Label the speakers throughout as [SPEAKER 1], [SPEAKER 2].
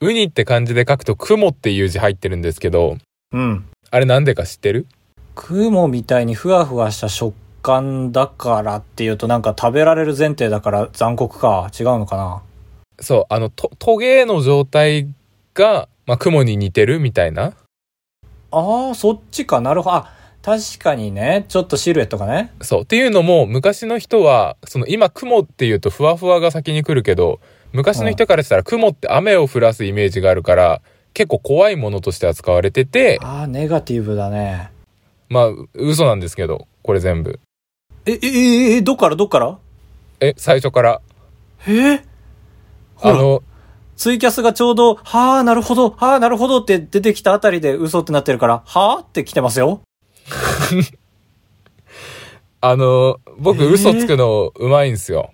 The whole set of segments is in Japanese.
[SPEAKER 1] ウニって漢字で書くと雲っていう字入ってるんですけど、
[SPEAKER 2] うん。
[SPEAKER 1] あれなんでか知ってる
[SPEAKER 2] 雲みたいにふわふわした食感だからっていうとなんか食べられる前提だから残酷か。違うのかな
[SPEAKER 1] そう、あの、と、トゲの状態が、まあ、雲に似てるみたいな。
[SPEAKER 2] ああ、そっちか。なるほど。あ、確かにね。ちょっとシルエットがね。
[SPEAKER 1] そう。っていうのも、昔の人は、その今雲っていうとふわふわが先に来るけど、昔の人からしたら雲って雨を降らすイメージがあるから、結構怖いものとして扱われてて、
[SPEAKER 2] ああ、ネガティブだね。
[SPEAKER 1] まあ、嘘なんですけど、これ全部。
[SPEAKER 2] え、え、え、え、どっからどっから
[SPEAKER 1] え、最初から。
[SPEAKER 2] えほ
[SPEAKER 1] あ
[SPEAKER 2] ら、
[SPEAKER 1] の、
[SPEAKER 2] ツイキャスがちょうど、はあ、なるほど、はあ、なるほどって出てきたあたりで嘘ってなってるから、はあって来てますよ。
[SPEAKER 1] あの、僕
[SPEAKER 2] えー
[SPEAKER 1] 嘘つくのうまいんすよ。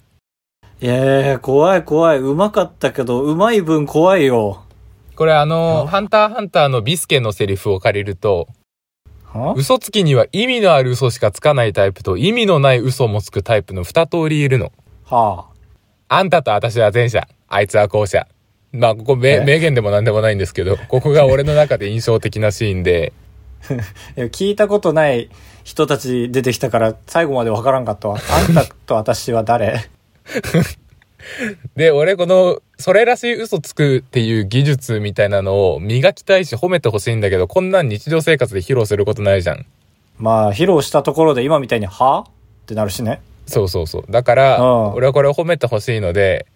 [SPEAKER 2] ええ怖い怖い。うまかったけど、うまい分怖いよ。
[SPEAKER 1] これあ
[SPEAKER 2] あ
[SPEAKER 1] の、ハンターハンターのビスケのセリフを借りると、
[SPEAKER 2] は
[SPEAKER 1] 嘘つきには意味のある嘘しかつかないタイプと意味のない嘘もつくタイプの二通りいるの。
[SPEAKER 2] は
[SPEAKER 1] あんたと私は前者。あいつは後者。まあ、ここ
[SPEAKER 2] え
[SPEAKER 1] 名名言でも何でもないんですけど、ここが俺の中で印象的なシーンで、
[SPEAKER 2] あ、いや聞いたことない人たち出てきたから、最後までわからんかったわ。あんたと私は誰
[SPEAKER 1] で、俺この、それらしい嘘つくっていう技術みたいなのを磨きたいし褒めてほしいんだけど、こんなん日常生活で披露することないじゃん。
[SPEAKER 2] まあ、披露したところで今みたいに、はあってなるしね。
[SPEAKER 1] そうそうそう。だか
[SPEAKER 2] う
[SPEAKER 1] ら、
[SPEAKER 2] ん
[SPEAKER 1] 俺はこれを褒めてほしいので、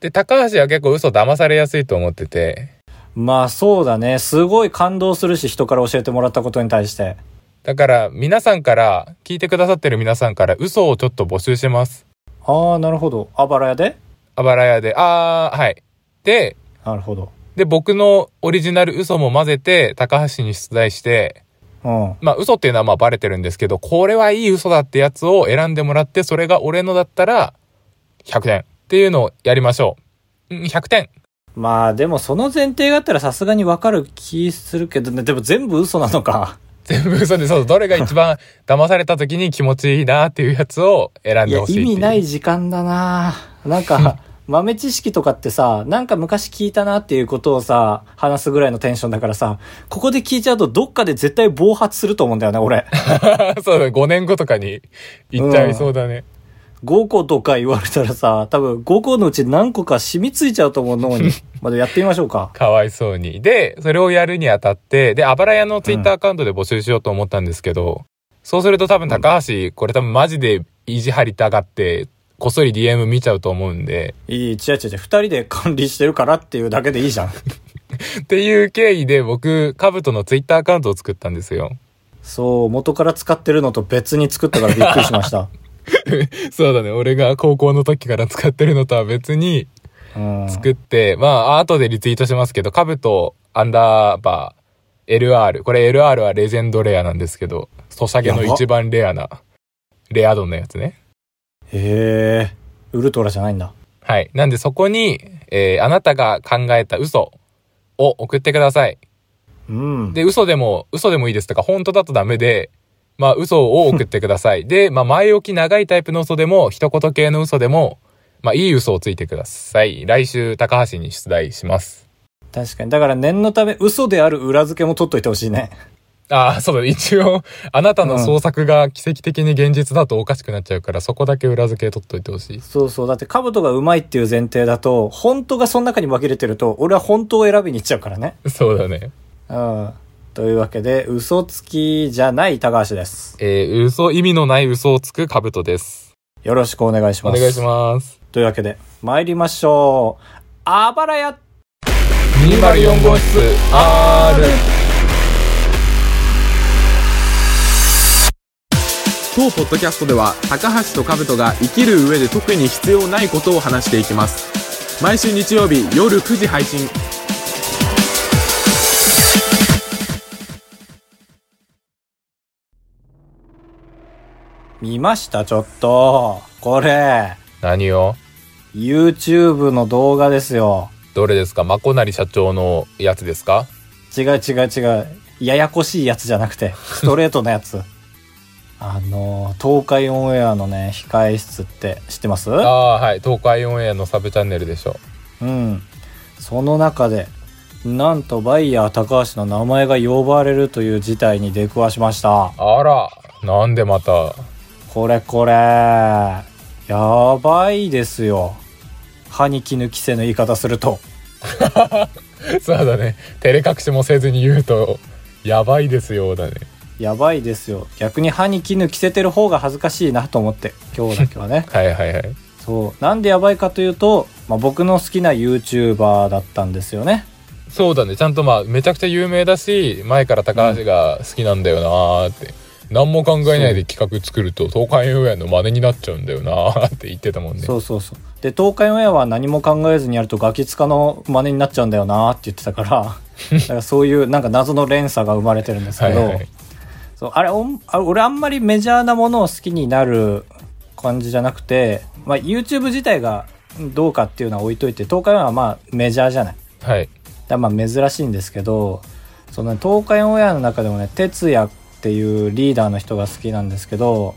[SPEAKER 1] で、高橋は結構嘘騙されやすいと思ってて、
[SPEAKER 2] まあ、そうだね。すごい感動するし、人から教えてもらったことに対して。
[SPEAKER 1] だから皆さんから、聞いてくださってる皆さんから嘘をちょっと募集します。
[SPEAKER 2] ああ、なるほど。あばら屋で
[SPEAKER 1] あばら屋で、あー、はい。で、
[SPEAKER 2] なるほど。
[SPEAKER 1] で、僕のオリジナル嘘も混ぜて、高橋に出題して、
[SPEAKER 2] うん。
[SPEAKER 1] まあ嘘っていうのはまあバレてるんですけど、これはいい嘘だってやつを選んでもらって、それが俺のだったら、100点っていうのをやりましょう。うん、100点
[SPEAKER 2] まあでもその前提があったらさすがにわかる気するけどね。でも全部嘘なのか。
[SPEAKER 1] 全部嘘で、そう、どれが一番騙された時に気持ちいいなっていうやつを選ん
[SPEAKER 2] い
[SPEAKER 1] で
[SPEAKER 2] や
[SPEAKER 1] ほ、しい
[SPEAKER 2] 意
[SPEAKER 1] って
[SPEAKER 2] 味な
[SPEAKER 1] いう
[SPEAKER 2] い時間だなな んか、豆知識とかってさ、なんか昔聞いたなっていうことをさ、話すぐらいのテンションだからさ、ここで聞いちゃうとどっかで絶対暴発すると思うんだよね、俺。
[SPEAKER 1] そうだ、5年後とかに行っちゃいそうだね。
[SPEAKER 2] 5個とか言われたらさ、多分5個のうち何個か染みついちゃうと思う脳に。まだやってみましょうか。
[SPEAKER 1] かわいそうに。で、それをやるにあたって、で、あばら屋のツイッターアカウントで募集しようと思ったんですけど、そうすると多分高橋、これ多分マジで意地張りたがって、こっそり DM 見ちゃうと思うんで、
[SPEAKER 2] いい、違う違う違う、二人で管理してるからっていうだけでいいじゃん。
[SPEAKER 1] っていう経緯で僕、カブトのツイッターアカウントを作ったんですよ。
[SPEAKER 2] そう、元から使ってるのと別に作ったからびっくりしました。
[SPEAKER 1] そうだね、俺が高校の時から使ってるのとは別に
[SPEAKER 2] うん。
[SPEAKER 1] 作って、まあ、後でリツイートしますけど、カブト、アンダーバー、LR。これ LR はレジェンドレアなんですけど、ソシャゲの一番レアな、レア度のやつね。
[SPEAKER 2] へえ、ウルトラじゃないんだ。
[SPEAKER 1] はい。なんでそこに、えーあなたが考えた嘘を送ってください。
[SPEAKER 2] うん。
[SPEAKER 1] で、嘘でも、嘘でもいいですとか、本当だとダメで、まあ、嘘を送ってください。で、まあ、前置き長いタイプの嘘でも、一言系の嘘でも、まあ、いい嘘をついてください。来週、高橋に出題します。
[SPEAKER 2] 確かに。だから念のため、嘘である裏付けも取っといてほしいね。
[SPEAKER 1] ああ、そうだ、一応、あなたの創作が奇跡的に現実だとおかしくなっちゃうから、そこだけ裏付け取っといてほしい。
[SPEAKER 2] そうそう。だって、兜がうまいっていう前提だと、本当がその中に紛れてると、俺は本当を選びに行っちゃうからね。
[SPEAKER 1] そうだね。
[SPEAKER 2] うん。というわけで、嘘つきじゃない高橋です。
[SPEAKER 1] えー、嘘、意味のない嘘をつくカブトです。
[SPEAKER 2] よろしくお願いし
[SPEAKER 1] お
[SPEAKER 2] ます。
[SPEAKER 1] 願いします。
[SPEAKER 2] というわけで、参りましょう。あばらや
[SPEAKER 1] 204号室 R
[SPEAKER 3] 当ポッドキャストでは高橋と兜が生きる上で特に必要ないことを話していきます毎週日曜日夜9時配信
[SPEAKER 2] 見ましたちょっと。これ、
[SPEAKER 1] 何を
[SPEAKER 2] YouTube の動画ですよ。
[SPEAKER 1] どれですかまこなり社長のやつですか
[SPEAKER 2] 違う違う違う。ややこしいやつじゃなくて、ストレートなやつ。あの、東海オンエアのね、控え室って知ってます
[SPEAKER 1] ああーはい東海オンエアのサブチャンネルでしょ
[SPEAKER 2] うん。その中でなんとバイヤー高橋の名前が呼ばれるという事態に出くわしました
[SPEAKER 1] あら、なんでまた。
[SPEAKER 2] これこれやばいですよ歯に衣着せぬ言い方すると
[SPEAKER 1] そうだね。照れ隠しもせずに言うと、やばいですよ、だね。
[SPEAKER 2] やばいですよ逆に歯に衣着せてる方が恥ずかしいなと思って今日だけはね
[SPEAKER 1] はいはいはい。
[SPEAKER 2] そうなんでやばいかというと、まあ、僕の好きな YouTuber だったんですよね
[SPEAKER 1] そうだね。ちゃんとまあ、めちゃくちゃ有名だし、前から高橋が好きなんだよなーって。何も考えないで企画作ると東海オンエアの真似になっちゃうんだよなーって言ってたもんね。
[SPEAKER 2] そうそうそうで東海オンエアは何も考えずにやるとガキ使の真似になっちゃうんだよなって言ってた からだからそういうなんか謎の連鎖が生まれてるんですけど
[SPEAKER 1] はいはい
[SPEAKER 2] そうあれおんあ俺あんまりメジャーなものを好きになる感じじゃなくて、まあ、YouTube 自体がどうかっていうのは置いといて東海オンエアはまあメジャーじゃない
[SPEAKER 1] はい。
[SPEAKER 2] だまあ珍しいんですけどその、ね、東海オンエアの中でもね哲也っていうリーダーの人が好きなんですけど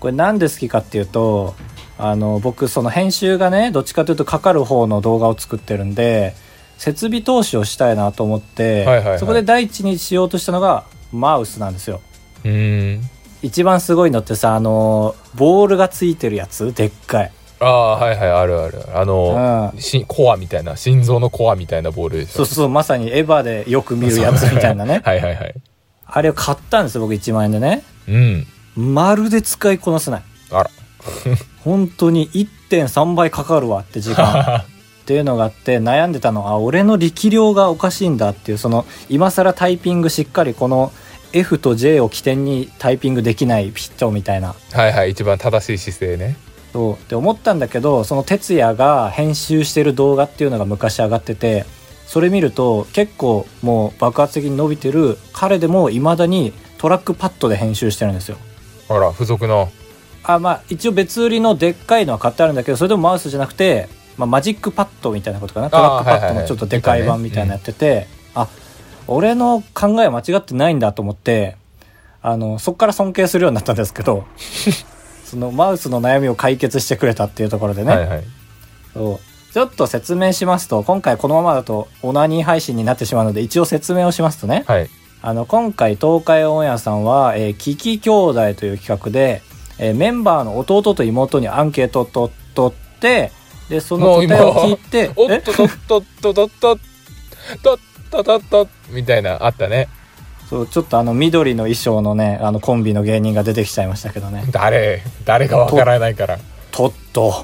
[SPEAKER 2] これなんで好きかっていうとあの僕その編集がねどっちかというとかかる方の動画を作ってるんで設備投資をしたいなと思って、
[SPEAKER 1] はいはいはい
[SPEAKER 2] そこで第一にしようとしたのがマウスなんですよ。
[SPEAKER 1] うーん。
[SPEAKER 2] 一番すごいのってさあのボールがついてるやつでっかい。
[SPEAKER 1] ああ、はいはい、あるある。あの、
[SPEAKER 2] うん
[SPEAKER 1] しコアみたいな、心臓のコアみたいなボールでし
[SPEAKER 2] そ
[SPEAKER 1] ょ。。
[SPEAKER 2] うそうまさにエヴァでよく見るやつみたいなね
[SPEAKER 1] はいはいはい。
[SPEAKER 2] あれを買ったんですよ僕1万円でね。
[SPEAKER 1] うん。
[SPEAKER 2] まるで使いこなせない
[SPEAKER 1] あら。
[SPEAKER 2] 本当に1.3倍かかるわって時 間っていうのがあって悩んでたのはあ俺の力量がおかしいんだっていうその今更タイピングしっかりこの F と J を起点にタイピングできないピッチョみたいな
[SPEAKER 1] はいはい、一番正しい姿勢ね。
[SPEAKER 2] そうって思ったんだけどその哲也が編集してる動画っていうのが昔上がっててそれ見ると結構もう爆発的に伸びてる彼でも未だにトラックパッドで編集してるんですよ
[SPEAKER 1] あら、付属の。
[SPEAKER 2] あまあ一応別売りのでっかいのは買ってあるんだけどそれでもマウスじゃなくて、まあ、マジックパッドみたいなことかなトラックパ
[SPEAKER 1] はい
[SPEAKER 2] ッ
[SPEAKER 1] はいは
[SPEAKER 2] ドの
[SPEAKER 1] い
[SPEAKER 2] ちょっとでかい版みたいなのやっててあ俺の考えは間違ってないんだと思ってあのそっから尊敬するようになったんですけ どそのマウスの悩みを解決してくれたっていうところでね、
[SPEAKER 1] はいはい。
[SPEAKER 2] そうちょっと説明しますと今回このままだとオナニー配信になってしまうので一応説明をしますとね、
[SPEAKER 1] はい。
[SPEAKER 2] あの今回東海オンエアさんは「えー、キキ兄弟」という企画で、えーメンバーの弟と妹にアンケートを取取ってでその
[SPEAKER 1] もう
[SPEAKER 2] 答
[SPEAKER 1] 今
[SPEAKER 2] えを聞いて
[SPEAKER 1] おっ
[SPEAKER 2] え
[SPEAKER 1] ととっとっととっとっとっとっとっとみたいなあったね
[SPEAKER 2] そうちょっとあの緑の衣装のねあのコンビの芸人が出てきちゃいましたけどね
[SPEAKER 1] 誰誰かわからないから
[SPEAKER 2] トット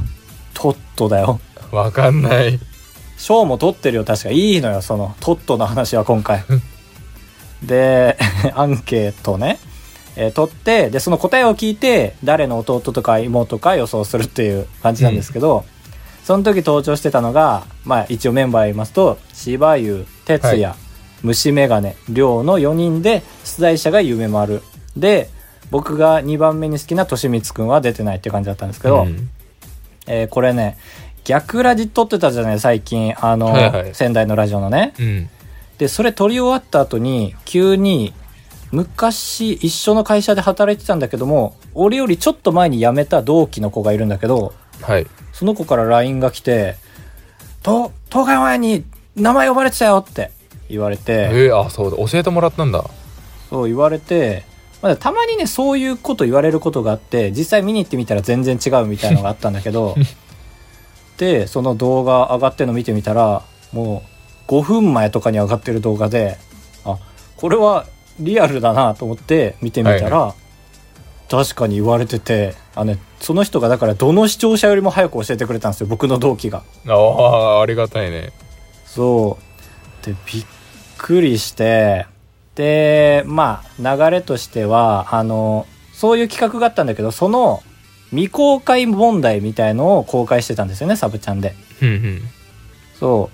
[SPEAKER 2] トットだよ
[SPEAKER 1] わかんない
[SPEAKER 2] 賞も取ってるよ確かいいのよそのトットの話は今回で アンケートね、えー取ってでその答えを聞いて誰の弟とか妹か予想するっていう感じなんですけど、その時登場してたのがまあ一応メンバー言いますと芝生哲也、
[SPEAKER 1] は
[SPEAKER 2] 虫眼鏡亮の4人で出題者が夢丸で僕が2番目に好きな利光くんは出てないっていう感じだったんですけど、
[SPEAKER 1] うん
[SPEAKER 2] えーこれね逆ラジ撮ってたじゃない最近あの、
[SPEAKER 1] はいはい
[SPEAKER 2] 仙台のラジオのね
[SPEAKER 1] うん
[SPEAKER 2] でそれ撮り終わった後に急に昔一緒の会社で働いてたんだけども俺よりちょっと前に辞めた同期の子がいるんだけど
[SPEAKER 1] はい
[SPEAKER 2] その子から LINE が来て「と東海オンエアに名前呼ばれてたよ」って言われ
[SPEAKER 1] え
[SPEAKER 2] て
[SPEAKER 1] ーあそうだ教えてもらったんだ
[SPEAKER 2] そう言われて、まあ、たまにねそういうこと言われることがあって実際見に行ってみたら全然違うみたいのがあったんだけどでその動画上がってるの見てみたらもう5分前とかに上がってる動画であこれはリアルだなと思って見てみたら、確かに言われててあの、ね、その人がだからどの視聴者よりも早く教えてくれたんですよ僕の同期が。
[SPEAKER 1] ああありがたいね
[SPEAKER 2] そうでびっくりしてでまあ流れとしてはあのそういう企画があったんだけどその未公開問題みたいのを公開してたんですよねサブチャンで
[SPEAKER 1] うんうん
[SPEAKER 2] そ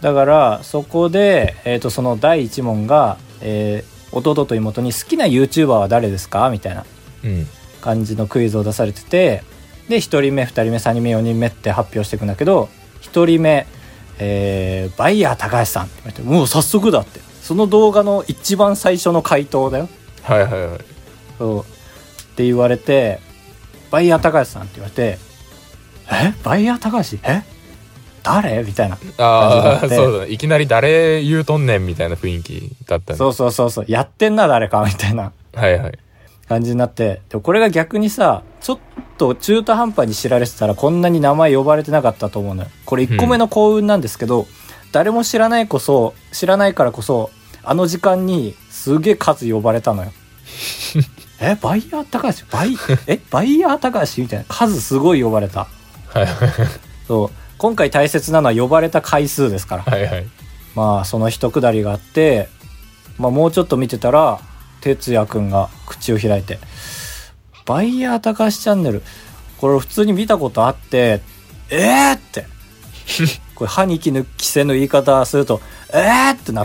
[SPEAKER 2] うだからそこで、えー、とその第1問が、えー弟と妹に「好きな YouTuber は誰ですか?」みたいな
[SPEAKER 1] うん
[SPEAKER 2] 感じのクイズを出されててで1人目2人目3人目4人目って発表していくんだけど1人目、えーバイヤー高橋さんって言われてもう早速だってその動画の一番最初の回答だよ
[SPEAKER 1] はいはいはい
[SPEAKER 2] そうって言われてバイヤー高橋さんって言われてえバイヤー高橋え誰みたいな
[SPEAKER 1] ああ、
[SPEAKER 2] 感じだって
[SPEAKER 1] そうだね。いきなり誰言うとんねんみたいな雰囲気だったね。
[SPEAKER 2] そうそうそうそうやってんな誰かみたいな
[SPEAKER 1] はいはい。
[SPEAKER 2] 感じになってでもこれが逆にさちょっと中途半端に知られてたらこんなに名前呼ばれてなかったと思うのよこれ1個目の幸運なんですけど、誰も知らないこそ知らないからこそあの時間にすげえ数呼ばれたのよえバイヤー高橋バイえバイヤー高橋みたいな数すごい呼ばれた
[SPEAKER 1] はいはい
[SPEAKER 2] そう今回大切なのは呼ばれた回数ですから
[SPEAKER 1] はいはい。
[SPEAKER 2] まあその一くだりがあって、まあ、もうちょっと見てたら哲也くんが口を開いて「バイヤー高橋チャンネルこれ普通に見たことあってえー!」ってこれ歯にきぬ着せぬ言い方すると「えー!」ってなっ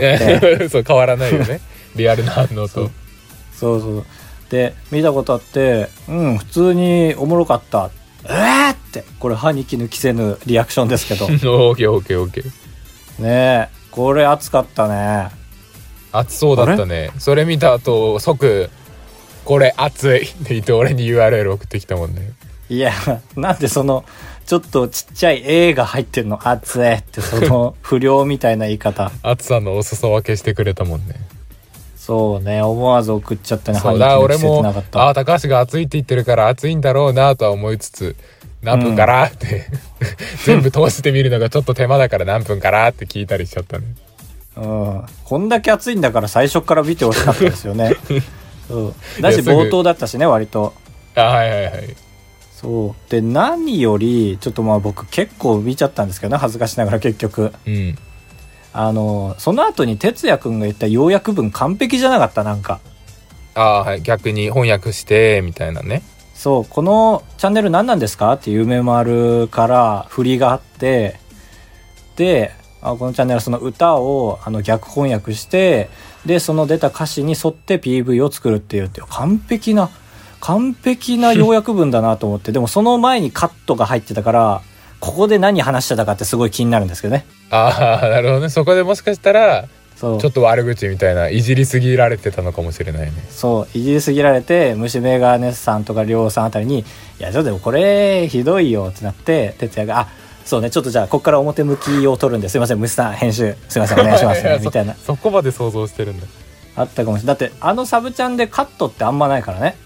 [SPEAKER 2] て
[SPEAKER 1] そう変わらないよ ねリアルな反応 と
[SPEAKER 2] そうそうで見たことあって「うん普通におもろかった」えーってこれ歯にきぬ着せぬリアクションですけど
[SPEAKER 1] オーケーオーケーオーケー
[SPEAKER 2] ねえこれ熱かったね
[SPEAKER 1] 熱そうだったねそれ見た後即「これ熱い」 って言って俺に URL 送ってきたもんね
[SPEAKER 2] いや、なんでその、ちょっとちっちゃい A が入ってんの、熱いって、その、不良みたいな言い 方。
[SPEAKER 1] 熱さのお裾分けしてくれたもん ね
[SPEAKER 2] そうね、思わず送っちゃったね、
[SPEAKER 1] そう
[SPEAKER 2] 歯
[SPEAKER 1] だ
[SPEAKER 2] に
[SPEAKER 1] 俺
[SPEAKER 2] 衣着せて
[SPEAKER 1] も
[SPEAKER 2] なかっ
[SPEAKER 1] 「ああ
[SPEAKER 2] た。
[SPEAKER 1] 高橋が熱いって言ってるから熱いんだろうな」とは思いつつ「何分から?」って 全部通してみるのがちょっと手間だから「何分から?」って聞いたりしちゃったね
[SPEAKER 2] うん。こんだけ熱いんだから最初から見てほしかったですよ ね。うん。だし、
[SPEAKER 1] いやすぐ
[SPEAKER 2] 冒頭だったしね、割と。
[SPEAKER 1] あはいはいはい
[SPEAKER 2] そう。で、何より、ちょっとまあ僕結構見ちゃったんですけどね、恥ずかしながら結局。
[SPEAKER 1] うん
[SPEAKER 2] あの、その後に哲也くんが言った要約文完璧じゃなかった、なんか。
[SPEAKER 1] ああはい逆に翻訳してみたいなね
[SPEAKER 2] そう、このチャンネル何なんですかっていう夢丸から振りがあって、で、あこのチャンネルはその歌をあの逆翻訳して、で、その出た歌詞に沿って PV を作るっていうっていう完璧な、完璧な要約文だなと思って、でもその前にカットが入ってたから、ここで何話してたかってすごい気になるんですけどね。
[SPEAKER 1] ああなるほどねそこでもしかしたら
[SPEAKER 2] そう
[SPEAKER 1] ちょ。っと悪口みたいないじりすぎられてたのかもしれないね
[SPEAKER 2] そう、いじりすぎられて、虫眼鏡さんとかりょうさんあたりに、いや、ちょっとでもこれ、ひどいよってなって、哲也が、あ、そうね、ちょっとじゃあ、ここから表向きを取るんですいません、虫さん、編集、すいません、お願いします、
[SPEAKER 1] ややそ
[SPEAKER 2] みたいな。
[SPEAKER 1] そこまで想像してるんだ
[SPEAKER 2] あったかもしれない。だって、あのサブチャンでカットってあんまないからね。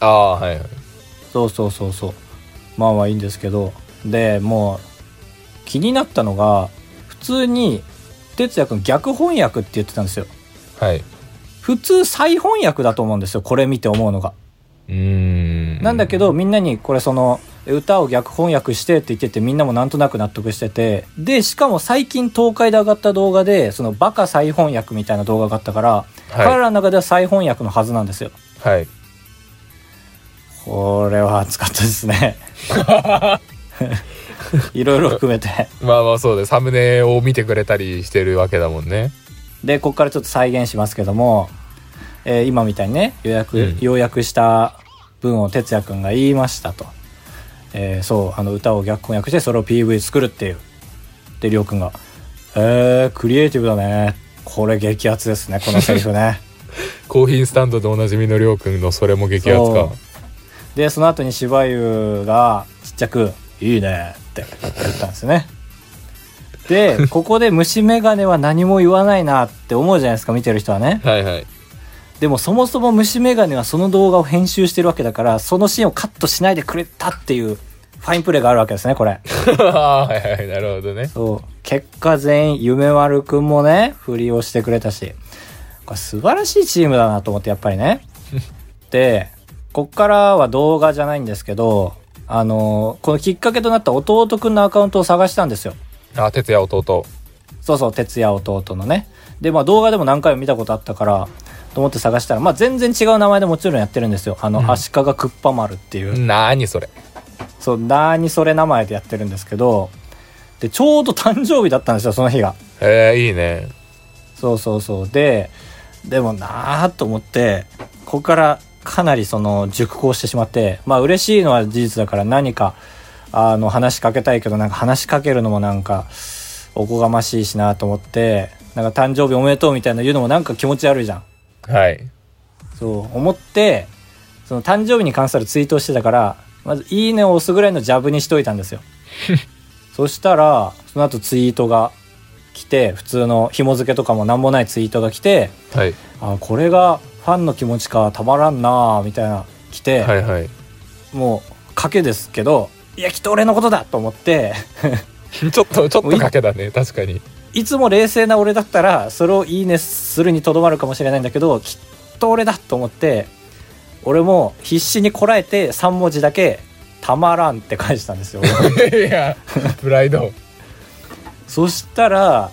[SPEAKER 1] ああはいはい
[SPEAKER 2] そうそうそうそう。まあまあいいんですけど、で、もう、気になったのが、普通に、哲也くん逆翻訳って言ってたんですよ。
[SPEAKER 1] はいう
[SPEAKER 2] 普通再翻訳だと思うんですよ、これ見て思うのが。
[SPEAKER 1] ーん
[SPEAKER 2] なんだけど、みんなにこれその歌を逆翻訳してって言っててみんなもなんとなく納得しててでしかも最近東海で上がった動画でそのバカ再翻訳みたいな動画があったから、彼ら
[SPEAKER 1] は
[SPEAKER 2] の中では再翻訳のはずなんですよ
[SPEAKER 1] い、はい、
[SPEAKER 2] これは熱かったですね いろいろ含めて
[SPEAKER 1] まあまあそうでサムネを見てくれたりしてるわけだもんね
[SPEAKER 2] でここからちょっと再現しますけども、えー今みたいにね予約、
[SPEAKER 1] うん
[SPEAKER 2] 要約した文を哲也くんが言いましたと、えーそうあの歌を逆翻訳してそれを PV 作るっていうでりょうくんが「えー、クリエイティブだねこれ激アツですねこのセリ フね」
[SPEAKER 1] コーヒースタンドでおなじみのりょうくんのそれも激アツか
[SPEAKER 2] そうでその後に芝生がちっちゃく「いいね」って言ったんですねでここで虫眼鏡は何も言わないなって思うじゃないですか見てる人はね
[SPEAKER 1] はいはい
[SPEAKER 2] でもそもそも虫眼鏡はその動画を編集してるわけだから、そのシーンをカットしないでくれたっていうファインプレーがあるわけですね、これ。
[SPEAKER 1] あーはいはいなるほどね
[SPEAKER 2] そう。結果全員、夢丸くんもね、振りをしてくれたし、これ素晴らしいチームだなと思って、やっぱりね。で、こっからは動画じゃないんですけど、あの、このきっかけとなった弟くんのアカウントを探したんですよ。
[SPEAKER 1] あ哲也弟
[SPEAKER 2] そうそう、哲也弟のね。で、まあ動画でも何回も見たことあったから、と思って探したら、まあ全然違う名前でもちろんやってるんですよ。あの、
[SPEAKER 1] うん
[SPEAKER 2] 足利クッパ丸っていう、
[SPEAKER 1] なーにそれ
[SPEAKER 2] そう、なーにそれ名前でやってるんですけど、で、ちょうど誕生日だったんですよ、その日が。
[SPEAKER 1] えー、いいね
[SPEAKER 2] そうそうそう。で、でもなーと思って、ここからかなりその熟考してしまって、まあ嬉しいのは事実だから何か、あの話しかけたいけど、なんか話しかけるのもなんか、おこがましいしなと思って、なんか誕生日おめでとうみたいなの言うのもなんか気持ち悪いじゃん。
[SPEAKER 1] はい
[SPEAKER 2] そう思って、そ の誕生日に関するツイートをしてたから、まずいいねを押すぐらいのジャブにしといたんですよ。そしたらその後ツイートが来て普通の紐付けとかもなんもないツイートが来て
[SPEAKER 1] はい。
[SPEAKER 2] あこれがファンの気持ちかたまらんなあみたいな来て、
[SPEAKER 1] はいはい。
[SPEAKER 2] もう賭けですけどいやきっと俺のことだと思って
[SPEAKER 1] ちょっと、ちょっと賭けだね。確かに。
[SPEAKER 2] いつも冷静な俺だったらそれをいいねするにとどまるかもしれないんだけどきっと俺だと思って俺も必死にこらえて3文字だけ「たまらん」って返したんです よ。俺はい
[SPEAKER 1] や、プライド。
[SPEAKER 2] そしたら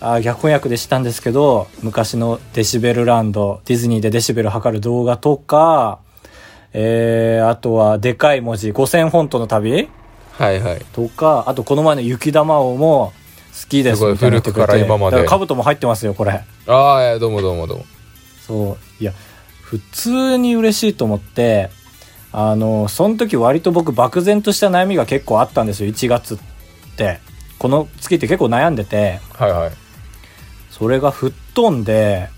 [SPEAKER 2] あ逆翻訳でしたんですけど昔のデシベルランドディズニーでデシベル測る動画とか、えーあとはでかい文字5000フォントの旅
[SPEAKER 1] はいはい。
[SPEAKER 2] とかあとこの前の雪玉王も好きです
[SPEAKER 1] すごい
[SPEAKER 2] みたいなの言ってくれて
[SPEAKER 1] 古くから今まで
[SPEAKER 2] だから兜も入ってますよこれ
[SPEAKER 1] ああ、どうもどうもどうも。
[SPEAKER 2] そういや普通に嬉しいと思ってあのその時割と僕漠然とした悩みが結構あったんですよ1月ってこの月って結構悩んでて
[SPEAKER 1] はいはい。
[SPEAKER 2] それが吹っ飛んで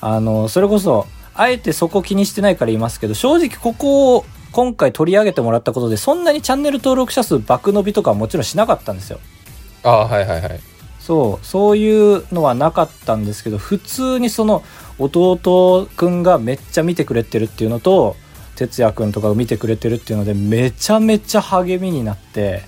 [SPEAKER 2] あのそれこそあえてそこ気にしてないから言いますけど正直ここを今回取り上げてもらったことでそんなにチャンネル登録者数爆伸びとかはもちろんしなかったんですよ
[SPEAKER 1] ああ、はいはいはい。
[SPEAKER 2] そうそういうのはなかったんですけど普通にその弟くんがめっちゃ見てくれてるっていうのと哲也くんとかが見てくれてるっていうのでめちゃめちゃ励みになって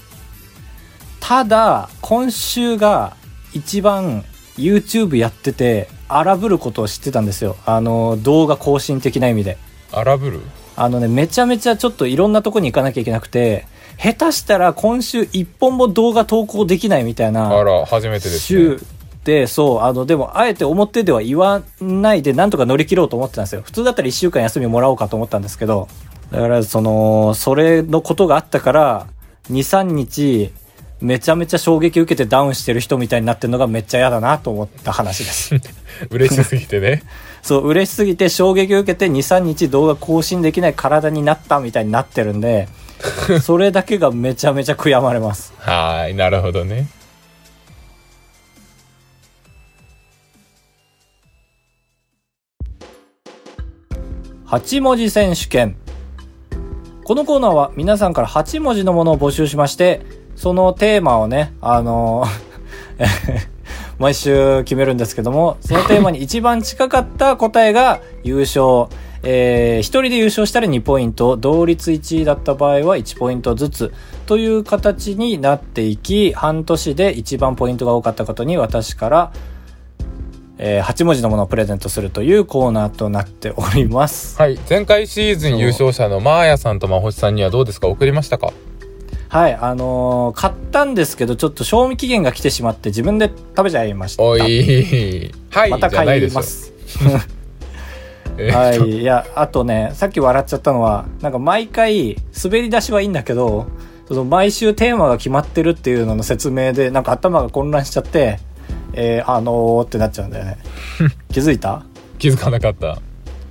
[SPEAKER 2] ただ今週が一番 YouTube やってて荒ぶることを知ってたんですよあの動画更新的な意味で
[SPEAKER 1] 荒ぶる
[SPEAKER 2] あのねめちゃめちゃちょっといろんなとこに行かなきゃいけなくて下手したら今週一本も動画投稿できないみたいな
[SPEAKER 1] あら、初めてです、ね
[SPEAKER 2] 週。でそうあのでもあえて表では言わないでなんとか乗り切ろうと思ってたんですよ普通だったら1週間休みもらおうかと思ったんですけどだからそのそれのことがあったから23日めちゃめちゃ衝撃受けてダウンしてる人みたいになってるのがめっちゃ嫌だなと思った話です
[SPEAKER 1] 嬉しすぎてね。
[SPEAKER 2] そう嬉しすぎて衝撃受けて23日動画更新できない体になったみたいになってるんでそれだけがめちゃめちゃ悔やまれます
[SPEAKER 1] はーい、なるほどね。
[SPEAKER 2] 8文字選手権このコーナーは皆さんから8文字のものを募集しましてそのテーマをねあの 毎週決めるんですけどもそのテーマに一番近かった答えが優勝えー、1人で優勝したら2ポイント同率1位だった場合は1ポイントずつという形になっていき半年で一番ポイントが多かったことに私から、え8文字のものをプレゼントするというコーナーとなっております。
[SPEAKER 1] はい、前回シーズン優勝者のマーヤさんとマホシさんにはどうですか送りましたか
[SPEAKER 2] はい、あのー買ったんですけど、ちょっと賞味期限が来てしまって、自分で食べちゃいました。
[SPEAKER 1] おい、はい、
[SPEAKER 2] また
[SPEAKER 1] じゃない
[SPEAKER 2] 買
[SPEAKER 1] で
[SPEAKER 2] い
[SPEAKER 1] しょ
[SPEAKER 2] ま。す。
[SPEAKER 1] えー
[SPEAKER 2] はい、いや、あとね、さっき笑っちゃったのは、なんか毎回、滑り出しはいいんだけど、その毎週テーマが決まってるっていうのの説明で、なんか頭が混乱しちゃって、えー、あのーってなっちゃうんだ よね。気づいた
[SPEAKER 1] 気づかなかった。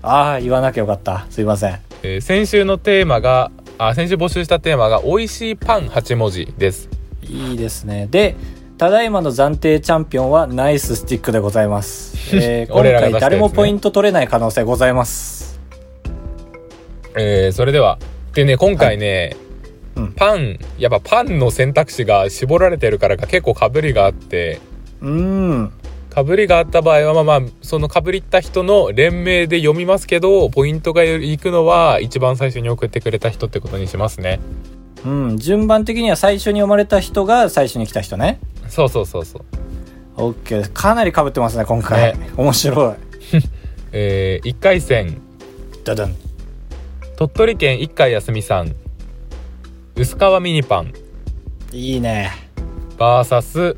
[SPEAKER 2] ああ、言わなきゃよかった。すいません。
[SPEAKER 1] えー先週のテーマが、あ、先週募集したテーマが、美味しいパン8文字です。
[SPEAKER 2] いいですね。で、ただいまの暫定チャンピオンはナイススティックでございます。 えー今
[SPEAKER 1] 俺らが
[SPEAKER 2] 回
[SPEAKER 1] 出したやつね
[SPEAKER 2] 誰もポイント取れない可能性ございます。
[SPEAKER 1] えーそれでは。でね、今回ね、
[SPEAKER 2] はいうん
[SPEAKER 1] パン、やっぱパンの選択肢が絞られてるからか結構被りがあって、
[SPEAKER 2] うーん。
[SPEAKER 1] 被りがあった場合は、まあまあ、その被りった人の連名で読みますけど、ポイントがいくのは一番最初に送ってくれた人ってことにしますね。
[SPEAKER 2] うん。順番的には最初に読まれた人が最初に来た人ね。
[SPEAKER 1] そうそうそうそう。
[SPEAKER 2] OK です。かなり被ってますね、今回。面白い。
[SPEAKER 1] えー、1回戦、
[SPEAKER 2] ダダン。
[SPEAKER 1] 鳥取県一回休みさん、薄皮ミニパン、
[SPEAKER 2] いいね。
[SPEAKER 1] バーサス、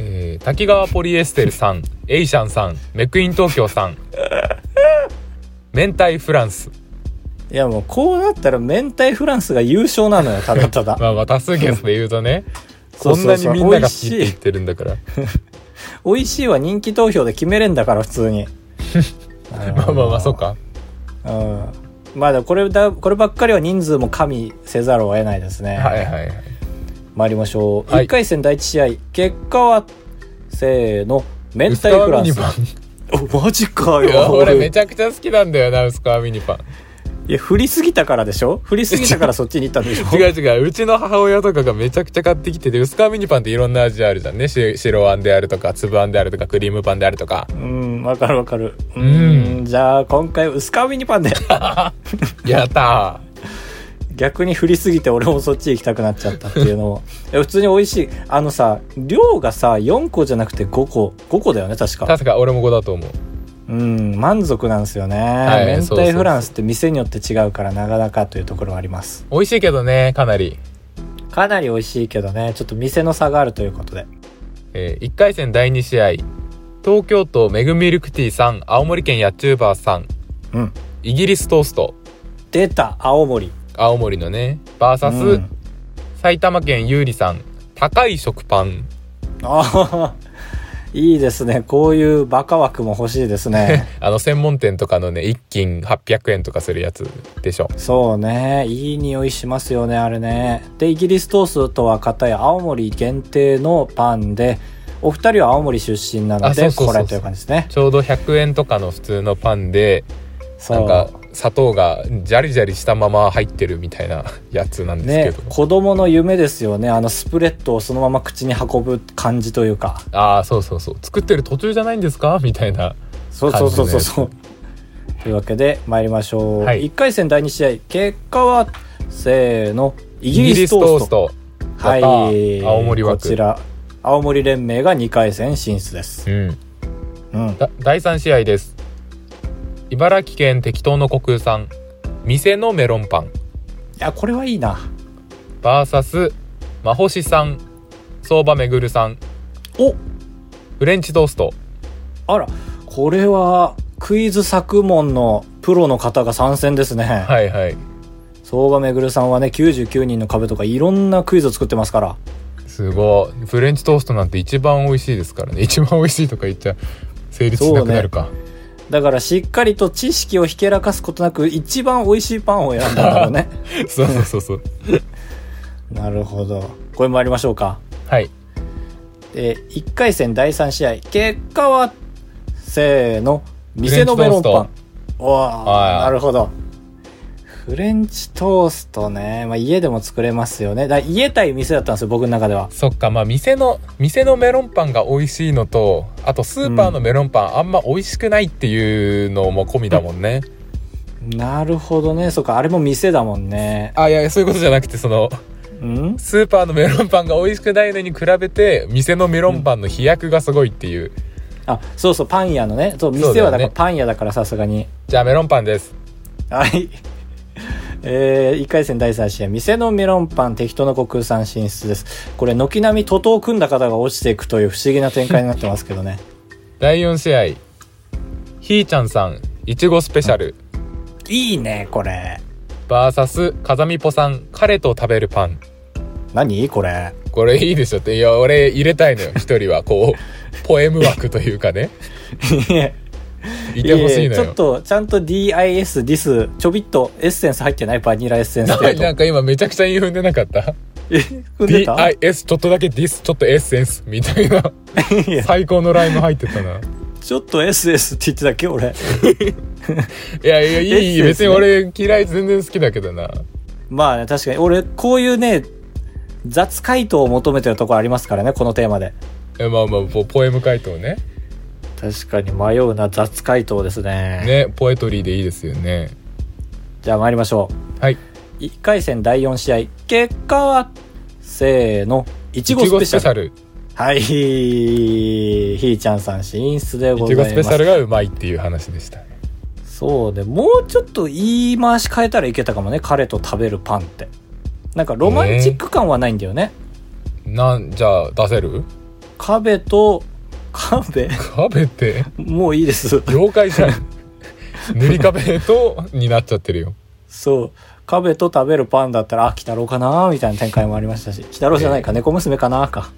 [SPEAKER 1] えー、滝川ポリエステルさん、エイシャンさん、メクイン東京さん、明太フランス。
[SPEAKER 2] いやもうこうなったら明太フランスが優勝なのよ、ただただ。
[SPEAKER 1] まあまあ多数決で言うとね、こ
[SPEAKER 2] そうんそ
[SPEAKER 1] な
[SPEAKER 2] う
[SPEAKER 1] に
[SPEAKER 2] そう
[SPEAKER 1] みんな
[SPEAKER 2] 美
[SPEAKER 1] が
[SPEAKER 2] 味
[SPEAKER 1] 好きって
[SPEAKER 2] し
[SPEAKER 1] 言っ
[SPEAKER 2] い。
[SPEAKER 1] てるんだから。
[SPEAKER 2] 美味しいは人気投票で決めれんだから、普通に。
[SPEAKER 1] まあまあまあ、そうか。
[SPEAKER 2] うんまあでもこれだこればっかりは人数も加味せざるを得ないですね、
[SPEAKER 1] はいはいはい。
[SPEAKER 2] 参りましょう、
[SPEAKER 1] はい
[SPEAKER 2] 1回戦第1試合結果はせーの明
[SPEAKER 1] 薄
[SPEAKER 2] 太フラ
[SPEAKER 1] 皮ミ
[SPEAKER 2] ン
[SPEAKER 1] ニ
[SPEAKER 2] ス
[SPEAKER 1] パン。
[SPEAKER 2] おマジか
[SPEAKER 1] いや
[SPEAKER 2] よ
[SPEAKER 1] 俺めちゃくちゃ好きなんだよな、薄皮ミニパン。
[SPEAKER 2] いや振りすぎたからでしょ振りすぎたからそっちに行ったんでしょ
[SPEAKER 1] 違う違ううちの母親とかがめちゃくちゃ買ってきてて薄皮ミニパンっていろんな味あるじゃんねし白あんであるとか粒あんであるとかクリームパンであるとか
[SPEAKER 2] うんわかるわかるうんんじゃあ今回薄皮ミニパンで
[SPEAKER 1] やった
[SPEAKER 2] 逆に振りすぎて俺もそっち行きたくなっちゃったっていうの をいや普通に美味しいあのさ量がさ4個じゃなくて5個5個だよね確
[SPEAKER 1] ー
[SPEAKER 2] か
[SPEAKER 1] 確か俺も5だと思う
[SPEAKER 2] うん満足なんですよね、
[SPEAKER 1] い
[SPEAKER 2] 明
[SPEAKER 1] そうそうそ
[SPEAKER 2] 太
[SPEAKER 1] う
[SPEAKER 2] フランスって店によって違うからなかなかというところはあります
[SPEAKER 1] 美味しいけどねかなり、
[SPEAKER 2] かなり美味しいけどねちょっと店の差があるということで
[SPEAKER 1] え1回戦第2試合東京都メグミルクティーさん青森県ヤッチューバーさん
[SPEAKER 2] うん
[SPEAKER 1] イギリストースト
[SPEAKER 2] 出た青森
[SPEAKER 1] 青森のねバーサ
[SPEAKER 2] う
[SPEAKER 1] ス
[SPEAKER 2] ん
[SPEAKER 1] 埼玉県優里さん高い食パン
[SPEAKER 2] ああいいですねこういうバカ枠も欲しいです ね
[SPEAKER 1] あの専門店とかのね一斤800円とかするやつでしょ
[SPEAKER 2] そうねいい匂いしますよねあれねでイギリストーストとは片や青森限定のパンでお二人は青森出身なの
[SPEAKER 1] あそう
[SPEAKER 2] で
[SPEAKER 1] そうそうそ
[SPEAKER 2] こ
[SPEAKER 1] う
[SPEAKER 2] れという感じですね
[SPEAKER 1] ちょうど100円とかの普通のパンで
[SPEAKER 2] そ
[SPEAKER 1] なん
[SPEAKER 2] う
[SPEAKER 1] か砂糖がジャリジャリしたまま入ってるみたいな やつなんで
[SPEAKER 2] ね
[SPEAKER 1] すけど、
[SPEAKER 2] 子供の夢ですよねあのスプレッドをそのまま口に運ぶ感じというか
[SPEAKER 1] ああそうそうそう作ってる途中じゃないんですかみたいな
[SPEAKER 2] そうそうそうそうそうというわけで参りましょう、
[SPEAKER 1] はい
[SPEAKER 2] 1回戦第2試合結果はせーのイ
[SPEAKER 1] イ
[SPEAKER 2] ギリストースト
[SPEAKER 1] ト
[SPEAKER 2] は
[SPEAKER 1] やったー
[SPEAKER 2] い
[SPEAKER 1] 青森枠
[SPEAKER 2] こちら青森連盟が2回戦進出です、
[SPEAKER 1] うん
[SPEAKER 2] うん、
[SPEAKER 1] だ第3試合です茨城県適当の国産店のメロンパン
[SPEAKER 2] いやこれはいいな
[SPEAKER 1] VS まほしさん相場めぐるさん
[SPEAKER 2] お
[SPEAKER 1] フレンチトースト
[SPEAKER 2] あらこれはクイズ作問のプロの方が参戦ですね、
[SPEAKER 1] はいはい
[SPEAKER 2] 相場めぐるさんはね99人の壁とかいろんなクイズを作ってますから
[SPEAKER 1] すごいフレンチトーストなんて一番美味しいですからね 一番美味しいとか言っちゃ成立しなくなるか、
[SPEAKER 2] だからしっかりと知識をひけらかすことなく一番美味しいパンを選んだんだろ うね
[SPEAKER 1] そうそうそう そう
[SPEAKER 2] なるほどこれ参りましょうか
[SPEAKER 1] はい
[SPEAKER 2] えー、1回戦第3試合結果はせーの店のメロンパ
[SPEAKER 1] フレン
[SPEAKER 2] ン
[SPEAKER 1] チ
[SPEAKER 2] お
[SPEAKER 1] はい
[SPEAKER 2] ーなるほどフレンチトーストね、まあ、家でも作れますよねだ家対店だったんですよ僕の中では
[SPEAKER 1] そっかまあ店の店のメロンパンが美味しいのとあとスーパーのメロンパン、あんま美味しくないっていうのも込みだもんね、
[SPEAKER 2] なるほどねそうかあれも店だもんね
[SPEAKER 1] あいやそういうことじゃなくてその
[SPEAKER 2] うん
[SPEAKER 1] スーパーのメロンパンが美味しくないのに比べて店のメロンパンの飛躍がすごいっていう、
[SPEAKER 2] あそうそうパン屋のね
[SPEAKER 1] そ
[SPEAKER 2] そう
[SPEAKER 1] うだ
[SPEAKER 2] 店
[SPEAKER 1] よね
[SPEAKER 2] はだからパン屋だからさすがに
[SPEAKER 1] じゃあメロンパンです
[SPEAKER 2] はい えー、1回戦第3試合店のメロンパン適当な国産進出ですこれ軒並み徒党を組んだ方が落ちていくという不思議な展開になってますけどね
[SPEAKER 1] 第4試合ひーちゃんさんいちごスペシャル
[SPEAKER 2] いいね、これ。
[SPEAKER 1] VS 風見ぽさん彼と食べるパン
[SPEAKER 2] 何これ。
[SPEAKER 1] これいいでしょっていや俺入れたいのよ一人はこうポエム枠と いうかねいてほしいの
[SPEAKER 2] ややちょ
[SPEAKER 1] よ
[SPEAKER 2] っと、ちゃんと DIS、ディス、ちょびっとエッセンス入ってないバニラエッセンス
[SPEAKER 1] な
[SPEAKER 2] って
[SPEAKER 1] なんか今めちゃくちゃ言うんでなかった
[SPEAKER 2] え、 踏んでた
[SPEAKER 1] ?DIS ちょっとだけ DIS ちょっとエッセンスみたいない
[SPEAKER 2] や
[SPEAKER 1] 最高のライム入ってたな
[SPEAKER 2] ちょっと SS って言ってたっけ俺。
[SPEAKER 1] いやいやいいいい
[SPEAKER 2] エッセンスね
[SPEAKER 1] 別に俺嫌い全然好きだけどな
[SPEAKER 2] まあね、確かに。俺、こういうね、雑回答を求めてるところありますからね、このテーマで。
[SPEAKER 1] えまあまあポポエム回答ね
[SPEAKER 2] 確かに迷うな雑回答ですね。
[SPEAKER 1] ねポエトリーでいいですよね
[SPEAKER 2] じゃあ参りましょ。
[SPEAKER 1] はいう
[SPEAKER 2] 1回戦第4試合、結果は、せーの、いちごスペシャル。
[SPEAKER 1] ルい
[SPEAKER 2] はい、ひーちゃんさん進出でご
[SPEAKER 1] ち
[SPEAKER 2] ざい
[SPEAKER 1] ごス
[SPEAKER 2] ます。
[SPEAKER 1] ペシャルがうまいっていう話でした
[SPEAKER 2] そうね、もうちょっと言い回し変えたらいけたかもね、彼と食べるパンって。なんかロマンチック感はないんだよね。
[SPEAKER 1] なんじゃあ出せる
[SPEAKER 2] 壁と、壁
[SPEAKER 1] 食べて
[SPEAKER 2] もういいです。
[SPEAKER 1] 妖怪 じゃん塗り壁とになっちゃってるよ
[SPEAKER 2] そう。壁と食べるパンだったら、あ、鬼太郎かなみたいな展開もありましたし。鬼太郎じゃないか、猫娘かなか。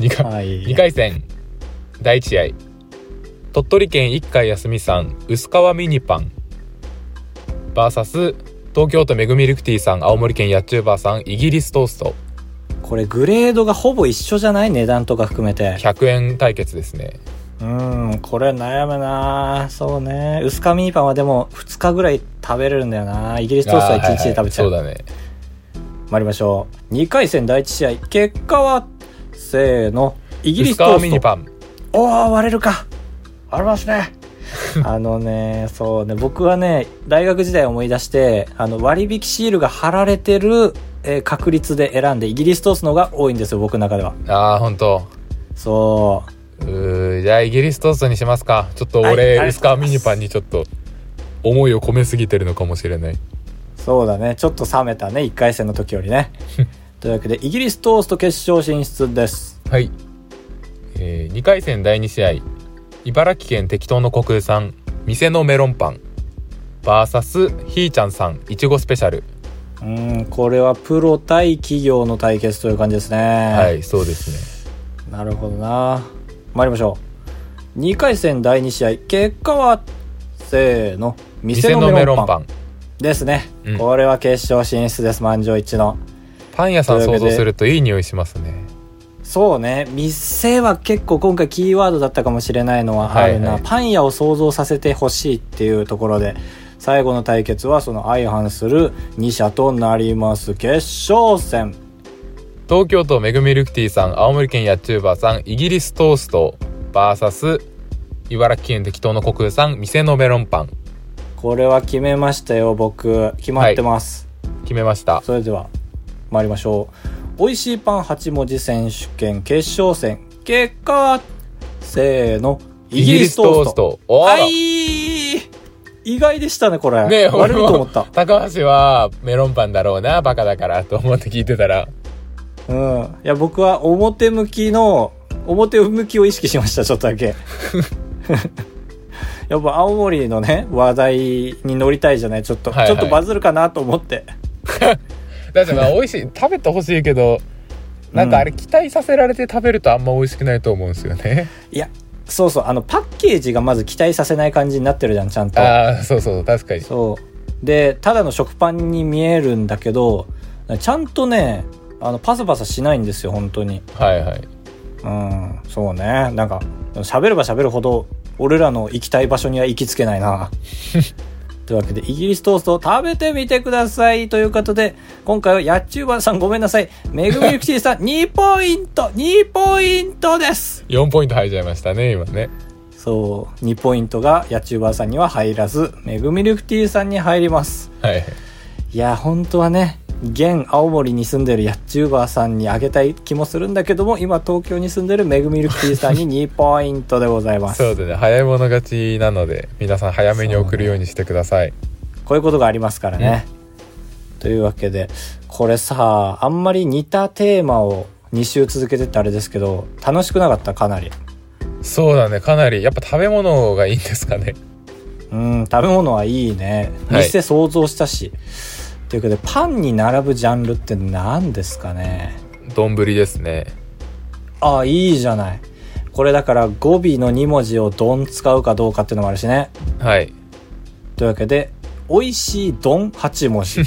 [SPEAKER 1] 2回,、
[SPEAKER 2] はい
[SPEAKER 1] 二回戦第1試合鳥取県一回休みさん薄皮ミニパン VS 東京都めぐみルクティーさん青森県やっちゅうばあさんイギリストースト
[SPEAKER 2] これグレードがほぼ一緒じゃない値段とか含めて。
[SPEAKER 1] 100円対決ですね
[SPEAKER 2] うん、これ悩むなそうね。薄皮ミニパンはでも2日ぐらい食べれるんだよなイギリストーストは1日で食べちゃう。
[SPEAKER 1] あーはいはいそうだね。
[SPEAKER 2] 参りましょう。2回戦第1試合。結果は、せーの。イギリストー
[SPEAKER 1] 薄皮ミ
[SPEAKER 2] ス
[SPEAKER 1] ニ
[SPEAKER 2] ト。
[SPEAKER 1] パン。
[SPEAKER 2] おー、割れるか。割れます ね。あのね、そうね、僕はね、大学時代を思い出して、あの、割引シールが貼られてる、えー確率で選んで、イギリストーストのが多いんですよ、僕の中では。
[SPEAKER 1] ああ、本当。
[SPEAKER 2] そう
[SPEAKER 1] ーじゃあイギリストーストにしますかちょっと
[SPEAKER 2] はいあり
[SPEAKER 1] 俺、
[SPEAKER 2] がとうご
[SPEAKER 1] 薄
[SPEAKER 2] ざい
[SPEAKER 1] 皮
[SPEAKER 2] ます
[SPEAKER 1] ミニパンにちょっと思いを込めすぎてるのかもしれない。
[SPEAKER 2] う、そうだね、ちょっと冷めたね、1回戦の時よ りね。というわけで、イギリストースト決勝進出です。
[SPEAKER 1] はい。え2回戦第2試合。茨城県適当の国産、店のメロンパン。バーサス、ひーちゃんさん、いちごスペシャル。
[SPEAKER 2] うーん、これはプロ対企業の対決という感じですね。
[SPEAKER 1] は、
[SPEAKER 2] はい
[SPEAKER 1] そうですね。
[SPEAKER 2] なるほどな参りましょう2回戦第2試合結果はせーの店
[SPEAKER 1] 店
[SPEAKER 2] の
[SPEAKER 1] の
[SPEAKER 2] メ
[SPEAKER 1] メ
[SPEAKER 2] ロ
[SPEAKER 1] ロ
[SPEAKER 2] ンパン
[SPEAKER 1] ンパン。
[SPEAKER 2] ですね、
[SPEAKER 1] うん
[SPEAKER 2] これは決勝進出です満場一致の
[SPEAKER 1] パン屋さん想像するといい匂いしますね。
[SPEAKER 2] そうね店は結構今回キーワードだったかもしれないのはある
[SPEAKER 1] は
[SPEAKER 2] な、
[SPEAKER 1] いはい
[SPEAKER 2] パン屋を想像させてほしいっていうところで最後の対決はその相反する2社となります決勝戦
[SPEAKER 1] 東京都めぐみルクティさん青森県やっちゅうばーさんイギリストースト VS 茨城県適当の国産店のメロンパン
[SPEAKER 2] これは決めましたよ僕決まってます、
[SPEAKER 1] 決めました
[SPEAKER 2] それでは参りましょう美味しいパン8文字選手権決勝戦結果はせーのイギリストースト
[SPEAKER 1] おー
[SPEAKER 2] はい意外でしたねこれ、
[SPEAKER 1] ねえ
[SPEAKER 2] 悪い
[SPEAKER 1] 俺
[SPEAKER 2] と思
[SPEAKER 1] も
[SPEAKER 2] った
[SPEAKER 1] 高橋はメロンパンだろうなバカだからと思って聞いてたら
[SPEAKER 2] うんいや僕は表向きの表向きを意識しましたちょっとだけ やっぱ青森のね話題に乗りたいじゃないちょっと、
[SPEAKER 1] はいはい
[SPEAKER 2] ちょっとバズるかなと思って
[SPEAKER 1] だってまあ美味しい食べてほしいけどなんかあれ期待させられて食べるとあんま美味しくないと思うんですよね、
[SPEAKER 2] いやそうそうあのパッケージがまず期待させない感じになってるじゃんちゃんと
[SPEAKER 1] ああそうそう確かに
[SPEAKER 2] そうでただの食パンに見えるんだけどちゃんとねあのパサパサしないんですよ本当に
[SPEAKER 1] はいはい
[SPEAKER 2] うんそうねなんか喋れば喋るほど俺らの行きたい場所には行きつけないなというわけでイギリストーストを食べてみてくださいということで今回はやっちゅうばんさんごめんなさいめぐみゆきちーさん2ポイント2ポイントです
[SPEAKER 1] 4ポイント入っちゃいましたね今ね
[SPEAKER 2] そう2ポイントがやっちゅうばんさんには入らずめぐみゆきちーさんに入ります
[SPEAKER 1] はい
[SPEAKER 2] いや本当はね現青森に住んでるやっちゅうばーさんにあげたい気もするんだけども今東京に住んでるめぐみるきーさんに2ポイントでございます
[SPEAKER 1] そうだね早い者勝ちなので皆さん早めに送るようにしてください
[SPEAKER 2] こういうことがありますからねというわけでこれさあんまり似たテーマを2週続けてってあれですけど楽しくなかったかなり
[SPEAKER 1] そうだねかなりやっぱ食べ物がいいんですかね
[SPEAKER 2] うん食べ物はいいね
[SPEAKER 1] はい
[SPEAKER 2] 店想像したし、ということでパンに並ぶジャンルって何ですかね
[SPEAKER 1] 丼ですね
[SPEAKER 2] あいいじゃないこれだから語尾の2文字を「どん」使うかどうかっていうのもあるしね
[SPEAKER 1] はい
[SPEAKER 2] というわけで「美味しいどん」8文 字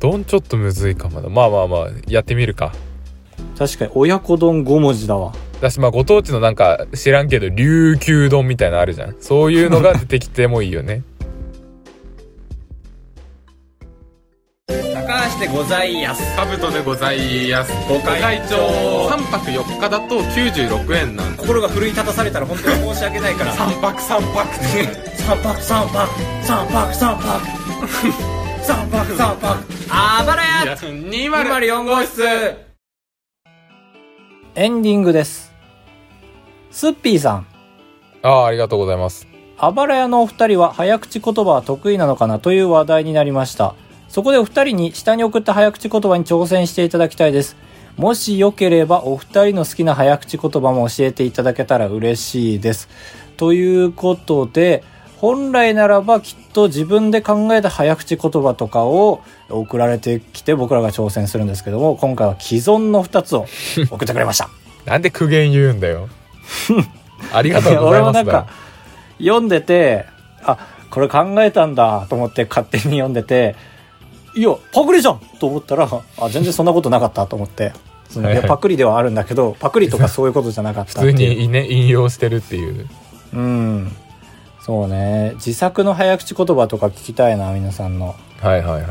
[SPEAKER 1] 丼ちょっとむずいかもなまあまあまあやってみるか
[SPEAKER 2] 確かに親子丼5文字だわ
[SPEAKER 1] だしまあご当地のなんか知らんけど琉球丼みたいなのあるじゃんそういうのが出てきてもいい よね
[SPEAKER 2] 高橋でございやす
[SPEAKER 3] カブトでございますご会長3泊4日だと96円なんです
[SPEAKER 2] 心が奮い立たされたら本当に申し訳ない から
[SPEAKER 3] 3泊3泊って
[SPEAKER 2] 三泊三泊三泊三泊 三泊三泊あばらや
[SPEAKER 3] 204号室
[SPEAKER 2] エンディングですすっぴーさん
[SPEAKER 1] ああありがとうございます
[SPEAKER 2] あばら屋のお二人は早口言葉は得意なのかなという話題になりました。そこでお二人に下に送った早口言葉に挑戦していただきたいです。もしよければお二人の好きな早口言葉も教えていただけたら嬉しいです。ということで、本来ならばきっと自分で考えた早口言葉とかを送られてきて僕らが挑戦するんですけども、今回は既存の二つを送ってくれました。
[SPEAKER 1] なんで苦言言うんだ よありがとうございます
[SPEAKER 2] 俺もなんか読んでてあこれ考えたんだと思って勝手に読んでていやパクリじゃんと思ったらあ全然そんなことなかったと思ってそのいや
[SPEAKER 1] はいはい
[SPEAKER 2] パクリではあるんだけどパクリとかそういうことじゃなかっ た
[SPEAKER 1] 普
[SPEAKER 2] って
[SPEAKER 1] 通
[SPEAKER 2] いう
[SPEAKER 1] に、ね、引用してるっていう
[SPEAKER 2] うんそうね自作の早口言葉とか聞きたいな皆さんの
[SPEAKER 1] はいはいはい。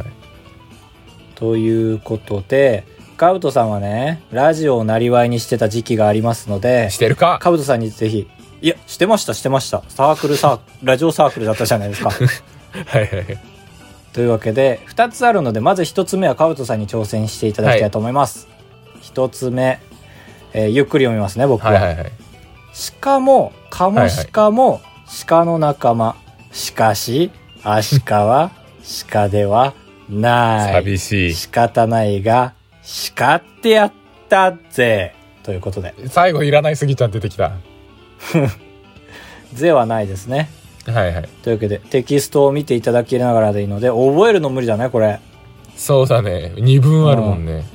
[SPEAKER 2] ということでカブトさんはねラジオをなりわいにしてた時期がありますので
[SPEAKER 1] してるか
[SPEAKER 2] カブトさんにぜひいやしてましたしてましたサークルサーラジオサークルだったじゃない ですか
[SPEAKER 1] はいはいはい。
[SPEAKER 2] というわけで2つあるのでまず1つ目はカブトさんに挑戦していただきたいと思います、1つ目、えーゆっくり読みますね僕は、
[SPEAKER 1] はいはいはい。
[SPEAKER 2] 鹿もカ
[SPEAKER 1] はい
[SPEAKER 2] モ
[SPEAKER 1] はい
[SPEAKER 2] シカも鹿の仲間、しかしアシカは鹿ではない
[SPEAKER 1] 寂しい。
[SPEAKER 2] 仕方ないが鹿ってやったぜということで
[SPEAKER 1] 最後いらないすぎちゃん出てきた。は
[SPEAKER 2] 「ぜ」はないですね
[SPEAKER 1] いはい。
[SPEAKER 2] というわけでテキストを見ていただきながらでいいので覚えるの無理だねこれ
[SPEAKER 1] そうだね。二分あるもんね。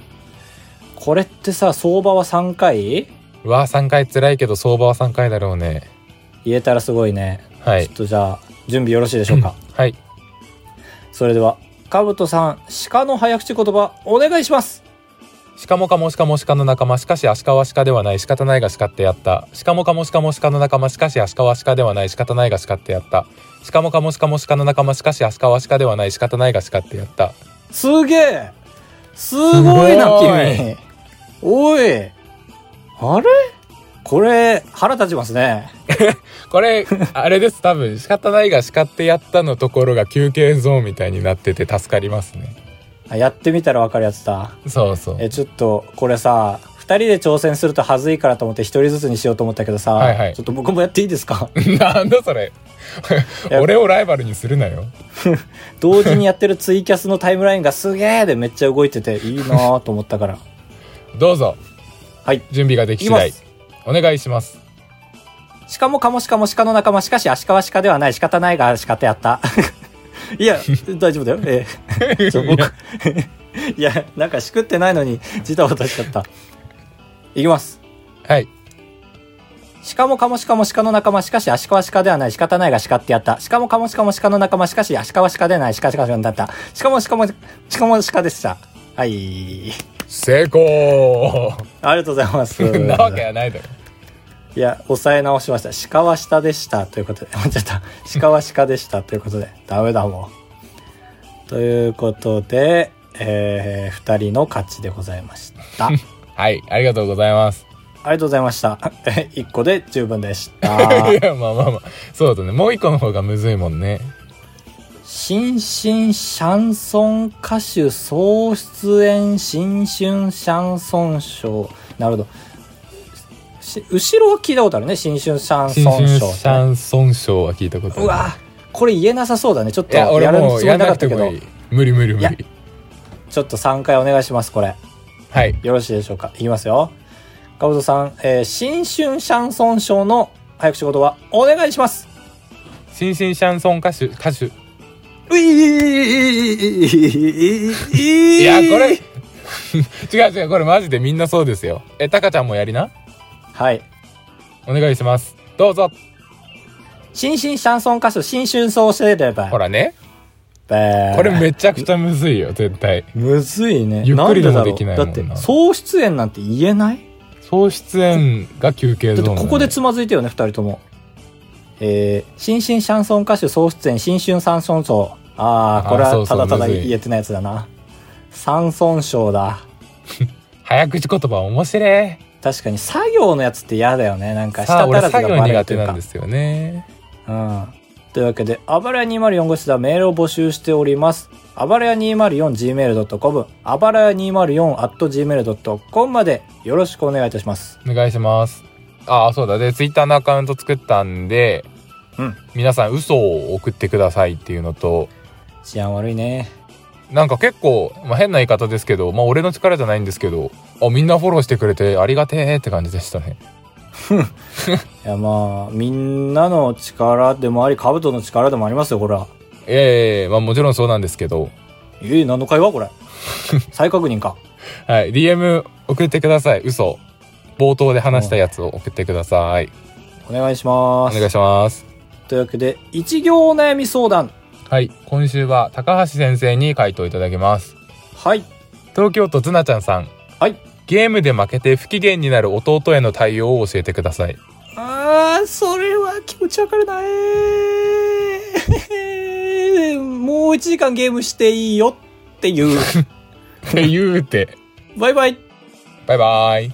[SPEAKER 2] これってさ相場は3回
[SPEAKER 1] うわあ、3回辛いけど相場は3回だろうね。
[SPEAKER 2] 言えたらすごいね、
[SPEAKER 1] は
[SPEAKER 2] ち
[SPEAKER 1] い
[SPEAKER 2] ょ。っとじゃあ準備よろしいでしょうか、
[SPEAKER 1] はい。
[SPEAKER 2] それではかぶとさん鹿の早口言葉お願いします
[SPEAKER 1] しかもかもしかもしかの仲間しかしアシカはシカではない仕方ないが叱ってやったしかもかもしかもしかの仲間しかしアシカはシカではない仕方ないが叱ってやったしかもかもしかもしかの仲間しかしアシカはシカではない仕方ないが叱ってやった
[SPEAKER 2] すげえすごいな、
[SPEAKER 1] すごい
[SPEAKER 2] 君。おい。あれこれ、腹立ちますね。
[SPEAKER 1] こ れあれです多分仕方ないが叱ってやったのところが休憩ゾーンみたいになってて助かりますね
[SPEAKER 2] あやってみたらわかるやつだ。
[SPEAKER 1] そうそう
[SPEAKER 2] え、ちょっと、これさ、二人で挑戦するとはずいからと思って一人ずつにしようと思ったけどさ、
[SPEAKER 1] はいはい
[SPEAKER 2] ちょっと僕もやっていいですか
[SPEAKER 1] なんだそれ
[SPEAKER 2] や
[SPEAKER 1] 俺をライバルにするなよ
[SPEAKER 2] 同時にやってるツイキャスのタイムラインがすげえでめっちゃ動いてていいなぁと思ったから。
[SPEAKER 1] どうぞ
[SPEAKER 2] はい。
[SPEAKER 1] 準備がで
[SPEAKER 2] い
[SPEAKER 1] き
[SPEAKER 2] き
[SPEAKER 1] 次
[SPEAKER 2] ま
[SPEAKER 1] 第
[SPEAKER 2] す。
[SPEAKER 1] お願いします
[SPEAKER 2] しかもかもしかもしかの仲間しかしアシカはシカではない仕方ないが仕方やった いや大丈夫だよええちょ僕 いやなんかしくってないのにジタバタしちゃったいきます
[SPEAKER 1] はい
[SPEAKER 2] しかもかもしかもしかの仲間しかしアシカはシカではない仕方ないがシカってやったしかもかもしかもしかの仲間しかしアシカはシカではないシカシカシカだったしかもしかもしかもシカでしたはい
[SPEAKER 1] 成功
[SPEAKER 2] ありがとうございます
[SPEAKER 1] なわけはないだろ
[SPEAKER 2] いや、抑え直しました。鹿は下でした。ということで、間 違った。鹿は鹿でした。ということで、ダメだもん。ということで、えー、二人の勝ちでございまし た。あり
[SPEAKER 1] はい、ありがとうございます。
[SPEAKER 2] がとうございました。 え一個で十分でした。
[SPEAKER 1] いや、まあまあまあ、そうだね。もう一個の方がむずいもんね。
[SPEAKER 2] 新進シャンソン歌手総出演新春シャンソン賞。なるほど。し後ろは聞いたことあるね。新春シャン
[SPEAKER 1] 新
[SPEAKER 2] ソン
[SPEAKER 1] 春シ
[SPEAKER 2] 賞、
[SPEAKER 1] ャンソン賞は聞いたことある。
[SPEAKER 2] うわこれ言えなさそうだねちょっ
[SPEAKER 1] い
[SPEAKER 2] と
[SPEAKER 1] や、俺
[SPEAKER 2] やる
[SPEAKER 1] もう
[SPEAKER 2] つも
[SPEAKER 1] やん
[SPEAKER 2] り
[SPEAKER 1] な
[SPEAKER 2] なかっ
[SPEAKER 1] くて
[SPEAKER 2] たけ
[SPEAKER 1] も
[SPEAKER 2] ど
[SPEAKER 1] いい。無理無理無
[SPEAKER 2] いや
[SPEAKER 1] 理。
[SPEAKER 2] ちょっと3回お願いしますこれ
[SPEAKER 1] はい。
[SPEAKER 2] よろしいでしょうかいきますよかぶとさん、えー新春シャンソン賞の早口言葉お願いします
[SPEAKER 1] 新進シャンソン歌手、歌手。
[SPEAKER 2] うい
[SPEAKER 1] いや、これ、 違う違う、これマジでみんなそうですよ。え、タカちゃんもやりな
[SPEAKER 2] はい
[SPEAKER 1] お願いします。どうぞ。
[SPEAKER 2] 新進シャンソン歌手新春総出演
[SPEAKER 1] ほらね。こ
[SPEAKER 2] こ
[SPEAKER 1] れめちゃくちゃむずいよ、絶対。
[SPEAKER 2] むずいね
[SPEAKER 1] ゆっくりでも
[SPEAKER 2] んでだろう
[SPEAKER 1] できないもんな
[SPEAKER 2] だって総出演なんて言えない
[SPEAKER 1] 総出演が休憩ゾ
[SPEAKER 2] だっ
[SPEAKER 1] ーン、
[SPEAKER 2] てここでつまずいたよね、二人とも。えー、新進シャンソン歌手総出演、新春三尊賞。あ
[SPEAKER 1] あー
[SPEAKER 2] あ、これ
[SPEAKER 1] そ
[SPEAKER 2] は
[SPEAKER 1] うそ
[SPEAKER 2] た
[SPEAKER 1] う
[SPEAKER 2] だただ
[SPEAKER 1] むずい
[SPEAKER 2] 言えてないやつだな。三尊賞だ。
[SPEAKER 1] 早口言葉面白い。
[SPEAKER 2] 確かに作業のやつって嫌だよね。なんか、
[SPEAKER 1] さあ、
[SPEAKER 2] 下
[SPEAKER 1] 俺
[SPEAKER 2] 足らず
[SPEAKER 1] 作
[SPEAKER 2] が
[SPEAKER 1] 業
[SPEAKER 2] バレる
[SPEAKER 1] 苦
[SPEAKER 2] と
[SPEAKER 1] 手
[SPEAKER 2] いう
[SPEAKER 1] なん
[SPEAKER 2] か
[SPEAKER 1] で。すよね。
[SPEAKER 2] うん。というわけで、あばれや204号室ではメールを募集しております。あばれや 204gmail.com、あばれや 204.gmail.com までよろしくお願いいたします。
[SPEAKER 1] お願いしますああそうだでツイッターのアカウント作ったんで、
[SPEAKER 2] うん
[SPEAKER 1] 皆さん嘘を送ってくださいっていうのと
[SPEAKER 2] 治安悪いね。
[SPEAKER 1] なんか結構、まあ、変な言い方ですけど、まあ、俺の力じゃないんですけどあみんなフォローしてくれてありがてえって感じでしたね
[SPEAKER 2] いやまあみんなの力でもありカブトの力でもありますよこれは
[SPEAKER 1] ええまあ、もちろんそうなんですけど、
[SPEAKER 2] ええ何の会話こ れ再確認か
[SPEAKER 1] はい、DM 送ってください嘘冒頭で話したやつを送ってください
[SPEAKER 2] お願いしま
[SPEAKER 1] お
[SPEAKER 2] す
[SPEAKER 1] 願いします
[SPEAKER 2] というわけで一行お悩み相談
[SPEAKER 1] はい今週は高橋先生に回答いただきます
[SPEAKER 2] はい
[SPEAKER 1] 東京都ずなちゃんさん
[SPEAKER 2] はい
[SPEAKER 1] ゲームで負けて不機嫌になる弟への対応を教えてください
[SPEAKER 2] あやー、それは気持ちわかるなえー もう1時間ゲームしていい よっていう。
[SPEAKER 1] って言うて。
[SPEAKER 2] バイバイ。
[SPEAKER 1] バイバイ。